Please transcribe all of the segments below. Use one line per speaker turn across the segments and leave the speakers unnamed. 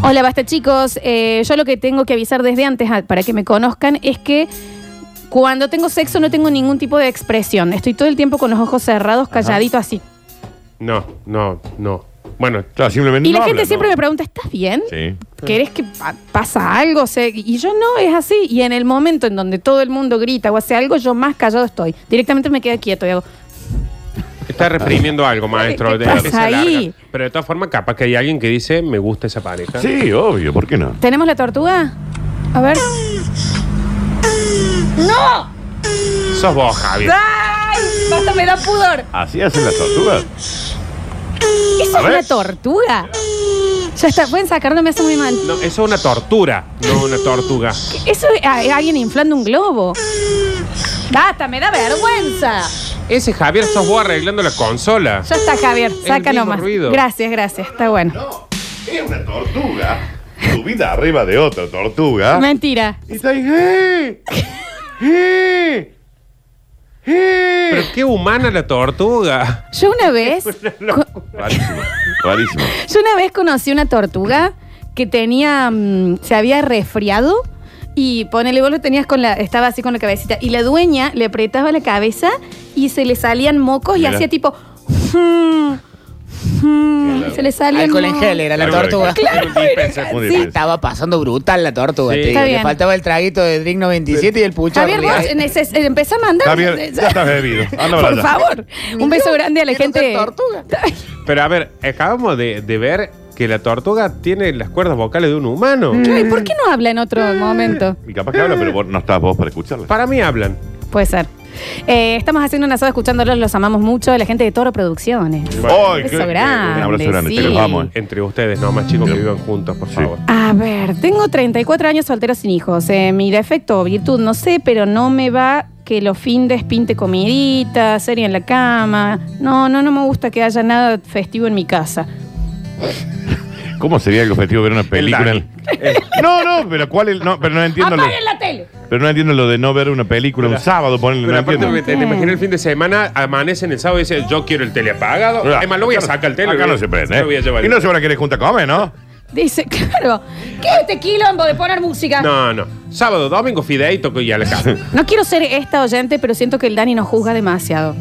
Hola, basta chicos. Eh, yo lo que tengo que avisar desde antes a- para que me conozcan es que cuando tengo sexo no tengo ningún tipo de expresión. Estoy todo el tiempo con los ojos cerrados, calladito así.
No, no, no. Bueno, claro, simplemente.
Y la
no
gente
habla,
siempre
no.
me pregunta, ¿estás bien?
Sí.
¿Querés que pa- pasa algo? O sea, y yo no, es así. Y en el momento en donde todo el mundo grita o hace algo, yo más callado estoy. Directamente me quedo quieto y hago,
Está reprimiendo algo, maestro.
¿Qué
de-
pasa
que se alarga.
ahí?
Pero de todas formas, capaz que hay alguien que dice, me gusta esa pareja.
Sí, obvio, ¿por qué no?
¿tenemos la tortuga? A ver. ¡No!
Sos vos, Javier.
¡Ay! ¡Basta, me da pudor!
¿Así hacen las tortugas?
¿Eso
A
es
ver.
una tortuga? Ya está, pueden sacarlo, me hace muy mal.
No, eso es una tortura, no una tortuga.
Eso es ah, es alguien inflando un globo. ¡Basta, me da vergüenza!
Ese Javier sos vos arreglando la consola.
Ya está, Javier, saca
mismo
nomás.
ruido.
Gracias, gracias, está bueno.
No, es una tortuga subida arriba de otra tortuga.
Mentira.
Y está ahí, ¡eh! ¡eh! ¡eh!
Pero qué humana la tortuga.
Yo una vez... co-
Rarísimo, rarísimo.
Yo una vez conocí una tortuga que tenía. mm, se había resfriado. Y ponele, vos lo tenías con la. Estaba así con la cabecita. Y la dueña le apretaba la cabeza y se le salían mocos y
Mira.
hacía tipo. "Mm, mm", y se le salían.
Alcohol en
mocos.
gel eh. era la
Alcohol en
tortuga.
gel.
Claro,
Un dispenser,
era
un
así.
dispenser.
Estaba pasando brutal la tortuga,
Sí.
te digo.
Está
Le
bien.
faltaba el traguito de Drink 97 y el puchón.
Javier, vos neces- eh, empezá a mandar.
Javier, ya estás bebido. Anda para
Por
allá.
favor. Un beso grande a la
quiero
gente.
ser tortuga.
Pero a ver, acabamos de, de ver que la tortuga tiene las cuerdas vocales de un humano.
Ay, ¿Por qué no habla en otro momento?
Y capaz que habla, pero vos no estás vos para escucharla.
Para mí hablan.
Puede ser. Eh, estamos haciendo un asado escuchándolos, los amamos mucho. La gente de Toro Producciones.
Bueno,
Ay,
Beso
qué- qué-
grande,
Un abrazo grande,
sí.
te los amo. eh.
Entre ustedes, no más chicos que vivan juntos, por
Sí.
favor.
A ver, tengo 34 años soltero sin hijos. Eh, mi defecto o virtud, no sé, pero no me va que los findes pinte comidita, serie en la cama. No, no, no me gusta que haya nada festivo en mi casa.
¿Cómo sería el objetivo de ver una película?
Dani.
No, no, pero cuál es- no, pero no entiendo lo,
¡Apaguen la tele!
pero no entiendo lo de no ver una película un
Pero-
sábado, ponerle
Pero
no
aparte,
entiendo.
me- te, te imaginé el fin de semana, amanece en el sábado y dice, yo quiero el tele apagado.
Claro.
Es más, lo voy a
Acá no-
sacar el tele.
Acá no
lo-
se prende.
lo voy a llevar.
¿eh? Y no se van a querer junta come, ¿no?
Dice, claro, ¿qué es este quilombo de poner música? No.
No, no. Sábado, domingo, fideito y a la casa.
quiero ser esta oyente, pero siento que el Dani nos juzga demasiado.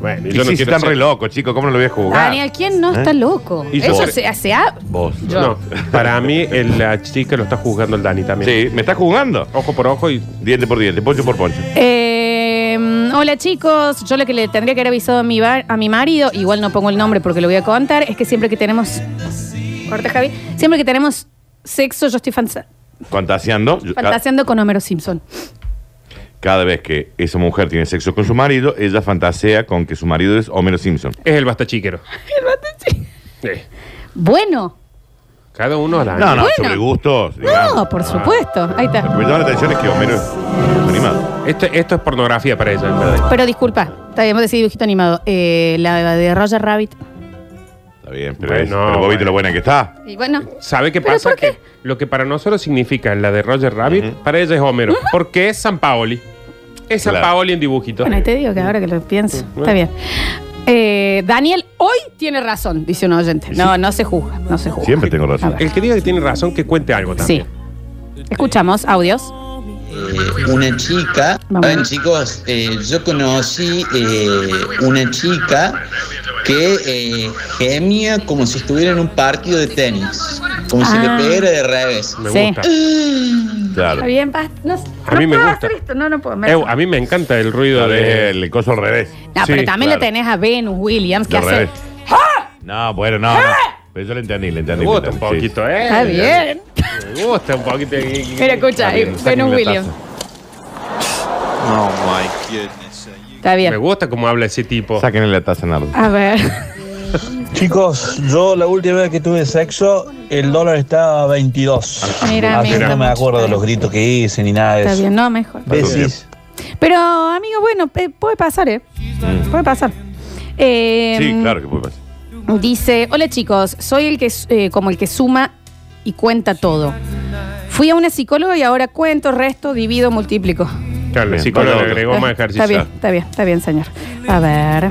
bueno,
Y
yo no
si
quiero
están
ser-
re locos, chicos, ¿cómo no lo voy a jugar?
Daniel, ¿quién no
¿Eh?
está loco?
Y yo-
Eso se hace. a-
Vos.
No, para mí el- la chica lo está juzgando el Dani también.
Sí, me estás jugando.
Ojo por ojo y
Diente por diente, poncho por poncho.
Eh, hola chicos, yo lo que le tendría que haber avisado a mi, bar- a mi marido, igual no pongo el nombre porque lo voy a contar, es que siempre que tenemos... Corta Javi, siempre que tenemos sexo yo estoy fansa-
Fantaseando. yo- ca-
fantaseando con Homero Simpson.
Cada vez que esa mujer tiene sexo con su marido, ella fantasea con que su marido es Homero Simpson.
es el bastachiquero. Sí.
Bueno,
Cada uno a la
No, no,
Bueno.
sobre gustos. digamos.
no, por supuesto, ahí
Lo
está.
que me llama la atención es que Homero es animado.
Esto, esto es pornografía para ella, en verdad.
Pero disculpa, está bien, vos decís dibujito animado, Eh, la de Roger Rabbit.
Está bien, pero,
Bueno,
es- pero vos
bueno.
viste lo buena que está.
Y bueno,
¿Sabe qué
¿Pero
pasa?
por qué?
Que lo que para nosotros significa la de Roger Rabbit, para ella es Homero. Porque es San Paoli. Es San
Claro.
Paoli en dibujitos.
bueno, ahí te digo que ahora que lo pienso, está bien. Eh, Daniel, hoy tiene razón, dice un oyente. No, no se juzga, no se juzga.
Siempre tengo
A
razón.
ver.
El que diga que tiene razón, que cuente algo
Sí.
también.
Escuchamos audios.
eh, una chica.
Vamos.
Saben, chicos, Eh, yo conocí eh, una chica que eh, gemía como si estuviera en un partido de tenis, como si le
Ah.
pegara de revés.
Me
Sí.
gusta.
Claro.
Está bien, basta. No,
A mí
no
me Eh,
puedo
gusta.
hacer esto, No, no puedo. me-
Eu, a mí me encanta el ruido
Claro, es
de.
El coso al revés.
no, pero
sí,
también
claro.
le tenés a Venus Williams que
Al
hace.
revés. No, bueno, no, no. Pero yo lo entendí, lo
Me
entendí. lo
gusta un
entendí, sí.
poquito, ¿eh?
Está bien.
Me gusta un poquito.
Mira, escucha,
Está bien,
eh,
sáquenme
Venus
una
Williams.
Oh my goodness.
Está
Me
bien.
gusta cómo habla ese tipo.
taza. Sáquenle la taza, Nardo.
A ver.
Chicos, yo la última vez que tuve sexo, el dólar estaba a 22.
Mira,
Así
mira.
que no me acuerdo de los gritos que hice ni nada de
Está
eso.
bien, no, mejor.
Besis.
Pero, amigo, bueno, pe- puede pasar, ¿eh?
Mm.
Puede pasar. Eh,
Sí, claro que puede pasar.
Dice, hola chicos, soy el que eh, como el que suma y cuenta todo. Fui a una psicóloga y ahora cuento, resto, divido, multiplico.
Claro, el
Bien,
psicólogo
para otro.
agregó más
está bien,
ejercicio.
está bien, está bien, señor. A ver.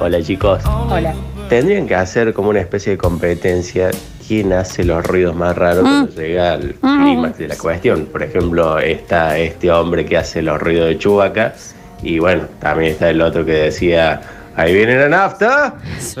Hola chicos,
Hola.
tendrían que hacer como una especie de competencia. quién hace los ruidos más raros cuando llega al
Mm.
clímax de la cuestión. Por ejemplo, está este hombre que hace los ruidos de Chubaca. Y bueno, también está el otro que decía, ahí viene la nafta.
Sí.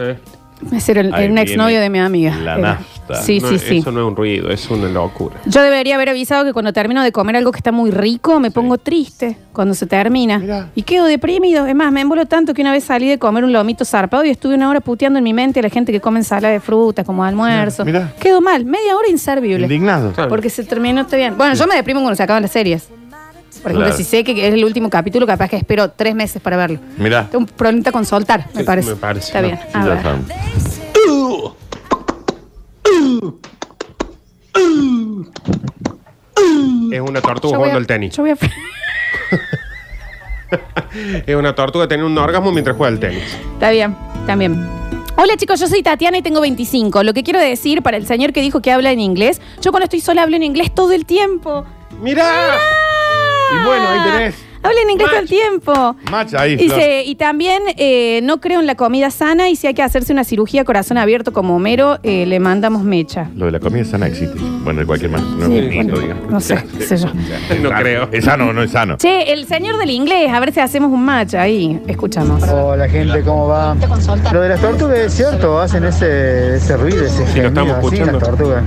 Ese era el,
Ahí
era un
viene
exnovio de mi amiga.
la
Era.
nafta.
Sí,
No,
sí, sí.
Eso no es un ruido, es una locura.
Yo debería haber avisado que cuando termino de comer algo que está muy rico, me pongo triste cuando se termina.
Mirá.
Y quedo deprimido. Es más, me embolo tanto que una vez salí de comer un lomito zarpado y estuve una hora puteando en mi mente a la gente que come ensalada de fruta como almuerzo.
Mirá, mirá.
Quedo mal, media hora inservible.
Indignado.
Claro.
Porque se terminó está bien. Bueno, yo me deprimo cuando se acaban las series. Por ejemplo,
Claro.
si sé que es el último capítulo, capaz que espero tres meses para verlo.
Mirá.
Tengo un problema con soltar, me
Sí,
parece.
me parece.
Está
No,
bien.
Sí,
A
ya
ver.
saben.
Es una tortuga
Yo voy a-
jugando al tenis.
yo voy a-
Es una tortuga tener un orgasmo mientras juega al tenis.
Está bien, también. Hola chicos, yo soy Tatiana y tengo 25. Lo que quiero decir para el señor que dijo que habla en inglés, yo cuando estoy sola hablo en inglés todo el tiempo. ¡Ah!
¡Mirá! Ah. Y bueno, ahí tenés.
Habla en inglés todo el
Match.
tiempo.
Match ahí,
Y,
Flor.
se- y también eh, no creo en la comida sana y si hay que hacerse una cirugía a corazón abierto como Homero, eh, le mandamos mecha.
Lo de la comida sana existe. Bueno, de cualquier manera. No,
Sí,
no
bueno,
lo diga.
no sé, qué sé yo.
No
Ah,
creo.
¿Es sano o no es sano?
Che, el señor del inglés, a ver si hacemos un match ahí. Escuchamos.
Hola gente, ¿cómo va? Lo de las tortugas es cierto, hacen ese, ese ruido, ese
Sí, lo estamos
gemido así,
escuchando.
las tortugas.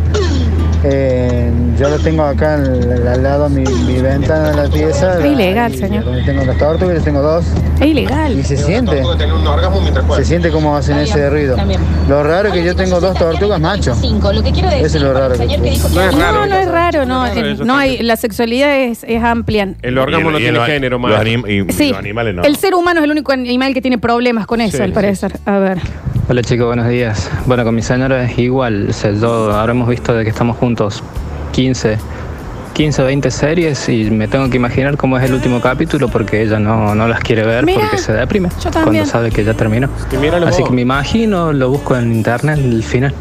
Eh, yo lo tengo acá al, al lado de mi, mi ventana de la pieza.
Es ilegal,
Ahí,
señor.
Donde tengo las tortugas, yo tengo dos.
Es ilegal.
Y se siente,
tener un orgasmo mientras
se siente como hacen ese ruido. Lo raro es que yo tengo dos tortugas macho. Eso es lo raro. que-
No es raro.
No, no es raro, no.
Es raro,
Eh,
eso
No hay,
también.
la sexualidad es, es amplia.
El orgasmo
Y
no
el- y el-
tiene género,
los
más.
anim- y- y
Sí.
Los animales no.
El ser humano es el único animal que tiene problemas con eso,
Sí,
al
sí.
parecer. A ver.
Hola chicos, buenos días. Bueno, con mi señora es igual. O sea, yo, ahora hemos visto de que estamos juntos 15, 15 o 20 series y me tengo que imaginar cómo es el último capítulo porque ella no, no las quiere ver
Mirá,
porque se deprime
yo también.
cuando sabe que ya terminó.
Y míralo
Así
vos.
que me imagino, lo busco en internet, el final.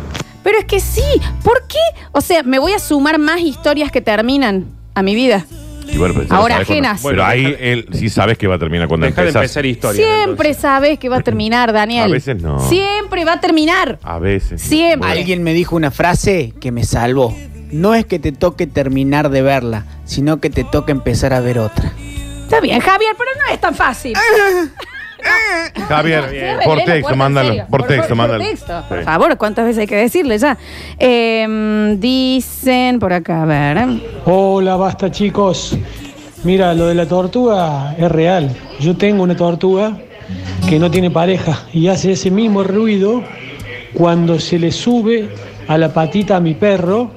Pero es que sí, ¿por qué? O sea, me voy a sumar más historias que terminan a mi vida.
Y bueno, pero ya
Ahora
sabes cuándo-
ajenas.
Pero ahí él sí sabes que va a terminar cuando
Deja de
empezás.
empezar historias.
Siempre
entonces.
sabes que va a terminar, Daniel.
A veces no.
Siempre va a terminar.
A veces.
Siempre.
Bueno.
Alguien me dijo una frase que me salvó. No es que te toque terminar de verla, sino que te toque empezar a ver otra.
Está bien, Javier, pero no es tan fácil.
Javier,
Ciérrele
por
la
texto,
puerta, en
mándalo.
serio.
Por texto, mándalo.
Por texto, por
Sí.
favor, ¿cuántas veces hay que decirle ya? Eh, dicen por acá, a ver. em.
Hola, basta chicos. Mira, lo de la tortuga es real. Yo tengo una tortuga que no tiene pareja y hace ese mismo ruido cuando se le sube a la patita a mi perro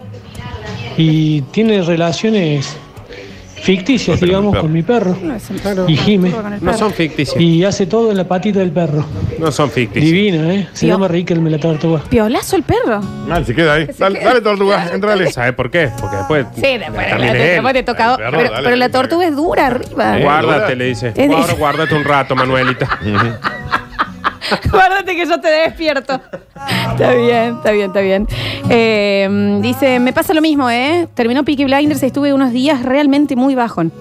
y tiene relaciones ficticias,
Con el
digamos,
perro.
con mi perro.
No, es el perro,
Y Jime.
con el
No
perro.
son ficticios.
Y hace todo en la patita del perro.
No son ficticios.
Divina, ¿eh? Se
Dios.
llama Riquelme la tortuga.
Piolazo el perro.
Mal, se queda ahí.
Que se
Dale,
quede.
dale, tortuga, entrale.
¿Sabes por qué? Porque después.
Sí, pero,
También es él.
te toca.
El perro,
pero,
dale,
pero la
dale.
tortuga es dura arriba.
Eh.
Guárdate, le dice.
Es de-
Ahora guárdate un rato, Manuelita.
Guárdate que yo te despierto. está bien, está bien, está bien. Eh, dice, me pasa lo mismo, ¿eh? Terminó Peaky Blinders y estuve unos días realmente muy bajón.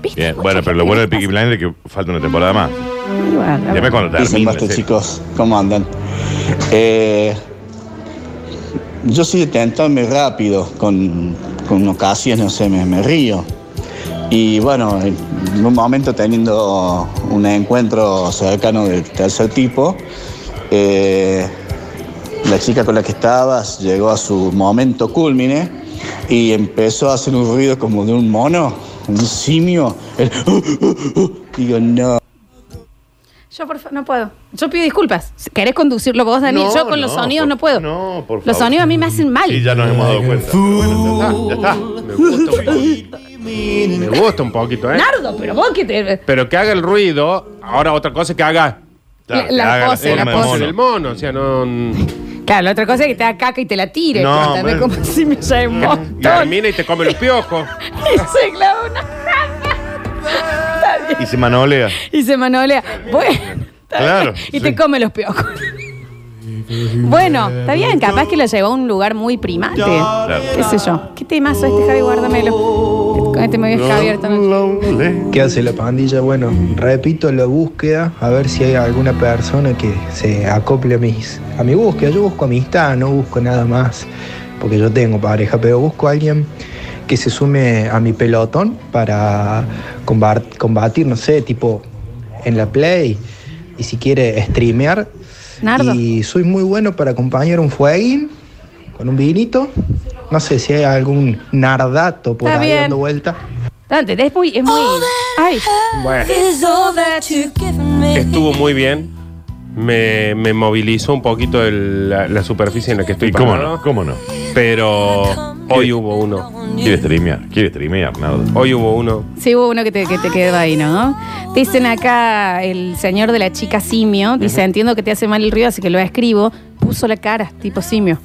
¿Viste?
Bien,
Mucha
bueno,
gente
pero lo bueno de
le
Peaky Blinders es que falta una temporada más.
pasa. Y bueno, la
Después cuando
Dicen
termine.
basta
sí.
chicos, ¿cómo andan? Eh, yo soy de tentarme rápido, con, con ocasiones, no sé, me, me río. Y bueno, en un momento teniendo un encuentro cercano del tercer tipo, eh, la chica con la que estabas llegó a su momento cúlmine y empezó a hacer un ruido como de un mono, un simio. El Digo, no.
Yo por fa- no puedo. Yo pido disculpas. Si ¿Querés conducirlo vos, Daniel?
No,
Yo con los
no,
sonidos
por-
no puedo.
no, por
Los
favor.
sonidos a mí me hacen mal.
Sí, ya nos hemos dado cuenta. Pero bueno, ya está. ya está.
Me gusta un poquito. Me gusta un poquito, ¿eh?
Nardo, pero vos que te.
Pero que haga el ruido. Ahora otra cosa que haga.
La-
Que
la
haga
pose, la
forma de
pose.
mono.
El mono, o sea, no.
Claro, la otra cosa es que te da caca y te la tire.
No,
No,
bueno.
como si me llame un montón.
Termina y te come los piojos.
Y se clava una Está bien.
Y se manolea.
Y se manolea. Bueno, está
Claro,
bien. Y
sí.
te come los piojos. Bueno, está bien, capaz que lo llevó a un lugar muy primante.
Claro.
¿Qué sé yo? ¿Qué temazo este Javi Guárdamelo? Este me voy a Javier esta noche.
¿Eh?
¿Qué hace la pandilla? Bueno, repito la búsqueda a ver si hay alguna persona que se acople a, mis, a mi búsqueda. Yo busco amistad, no busco nada más, porque yo tengo pareja, pero busco a alguien que se sume a mi pelotón para combat- combatir, no sé, tipo en la play y si quiere streamear.
Nardo.
Y soy muy bueno para acompañar un fueguín con un vinito. No sé si hay algún nardato por
Está
ahí
bien.
dando vuelta.
Dante, es muy, es muy. Ay.
Bueno. Estuvo muy bien. Me, me movilizó un poquito el- la, la superficie en la que estoy
¿Y cómo
parado.
no? ¿Cómo no?
Pero hoy hubo uno.
Quiere streamear, quiere streamear, Nardo.
Hoy hubo uno.
Sí, hubo uno que te, que te quedó ahí, ¿no? Dicen acá el señor de la chica simio. Dice, entiendo que te hace mal el río, así que lo escribo. Puso la cara, tipo simio.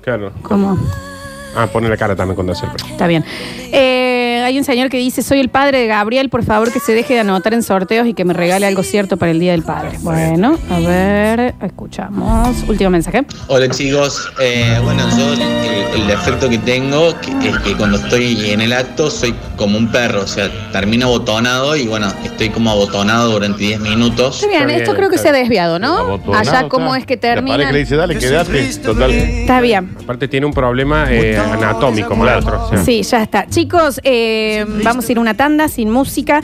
Claro.
Como,
Ah, pone la cara también cuando hace el perro.
está bien. Eh, hay un señor que dice, soy el padre de Gabriel, por favor que se deje de anotar en sorteos y que me regale algo cierto para el Día del Padre. Bueno, a ver, escuchamos. Último mensaje.
Hola chicos, Eh, bueno yo el, el defecto que tengo que- es que cuando estoy en el acto soy como un perro, o sea, termino abotonado y bueno, estoy como abotonado durante 10 minutos.
Está bien, esto creo que se ha desviado, ¿no? Allá cómo es que termina.
total.
Está bien.
Aparte tiene un problema eh, anatómico, maestro.
Sí, ya está. Chicos, eh, vamos a ir a una tanda sin música.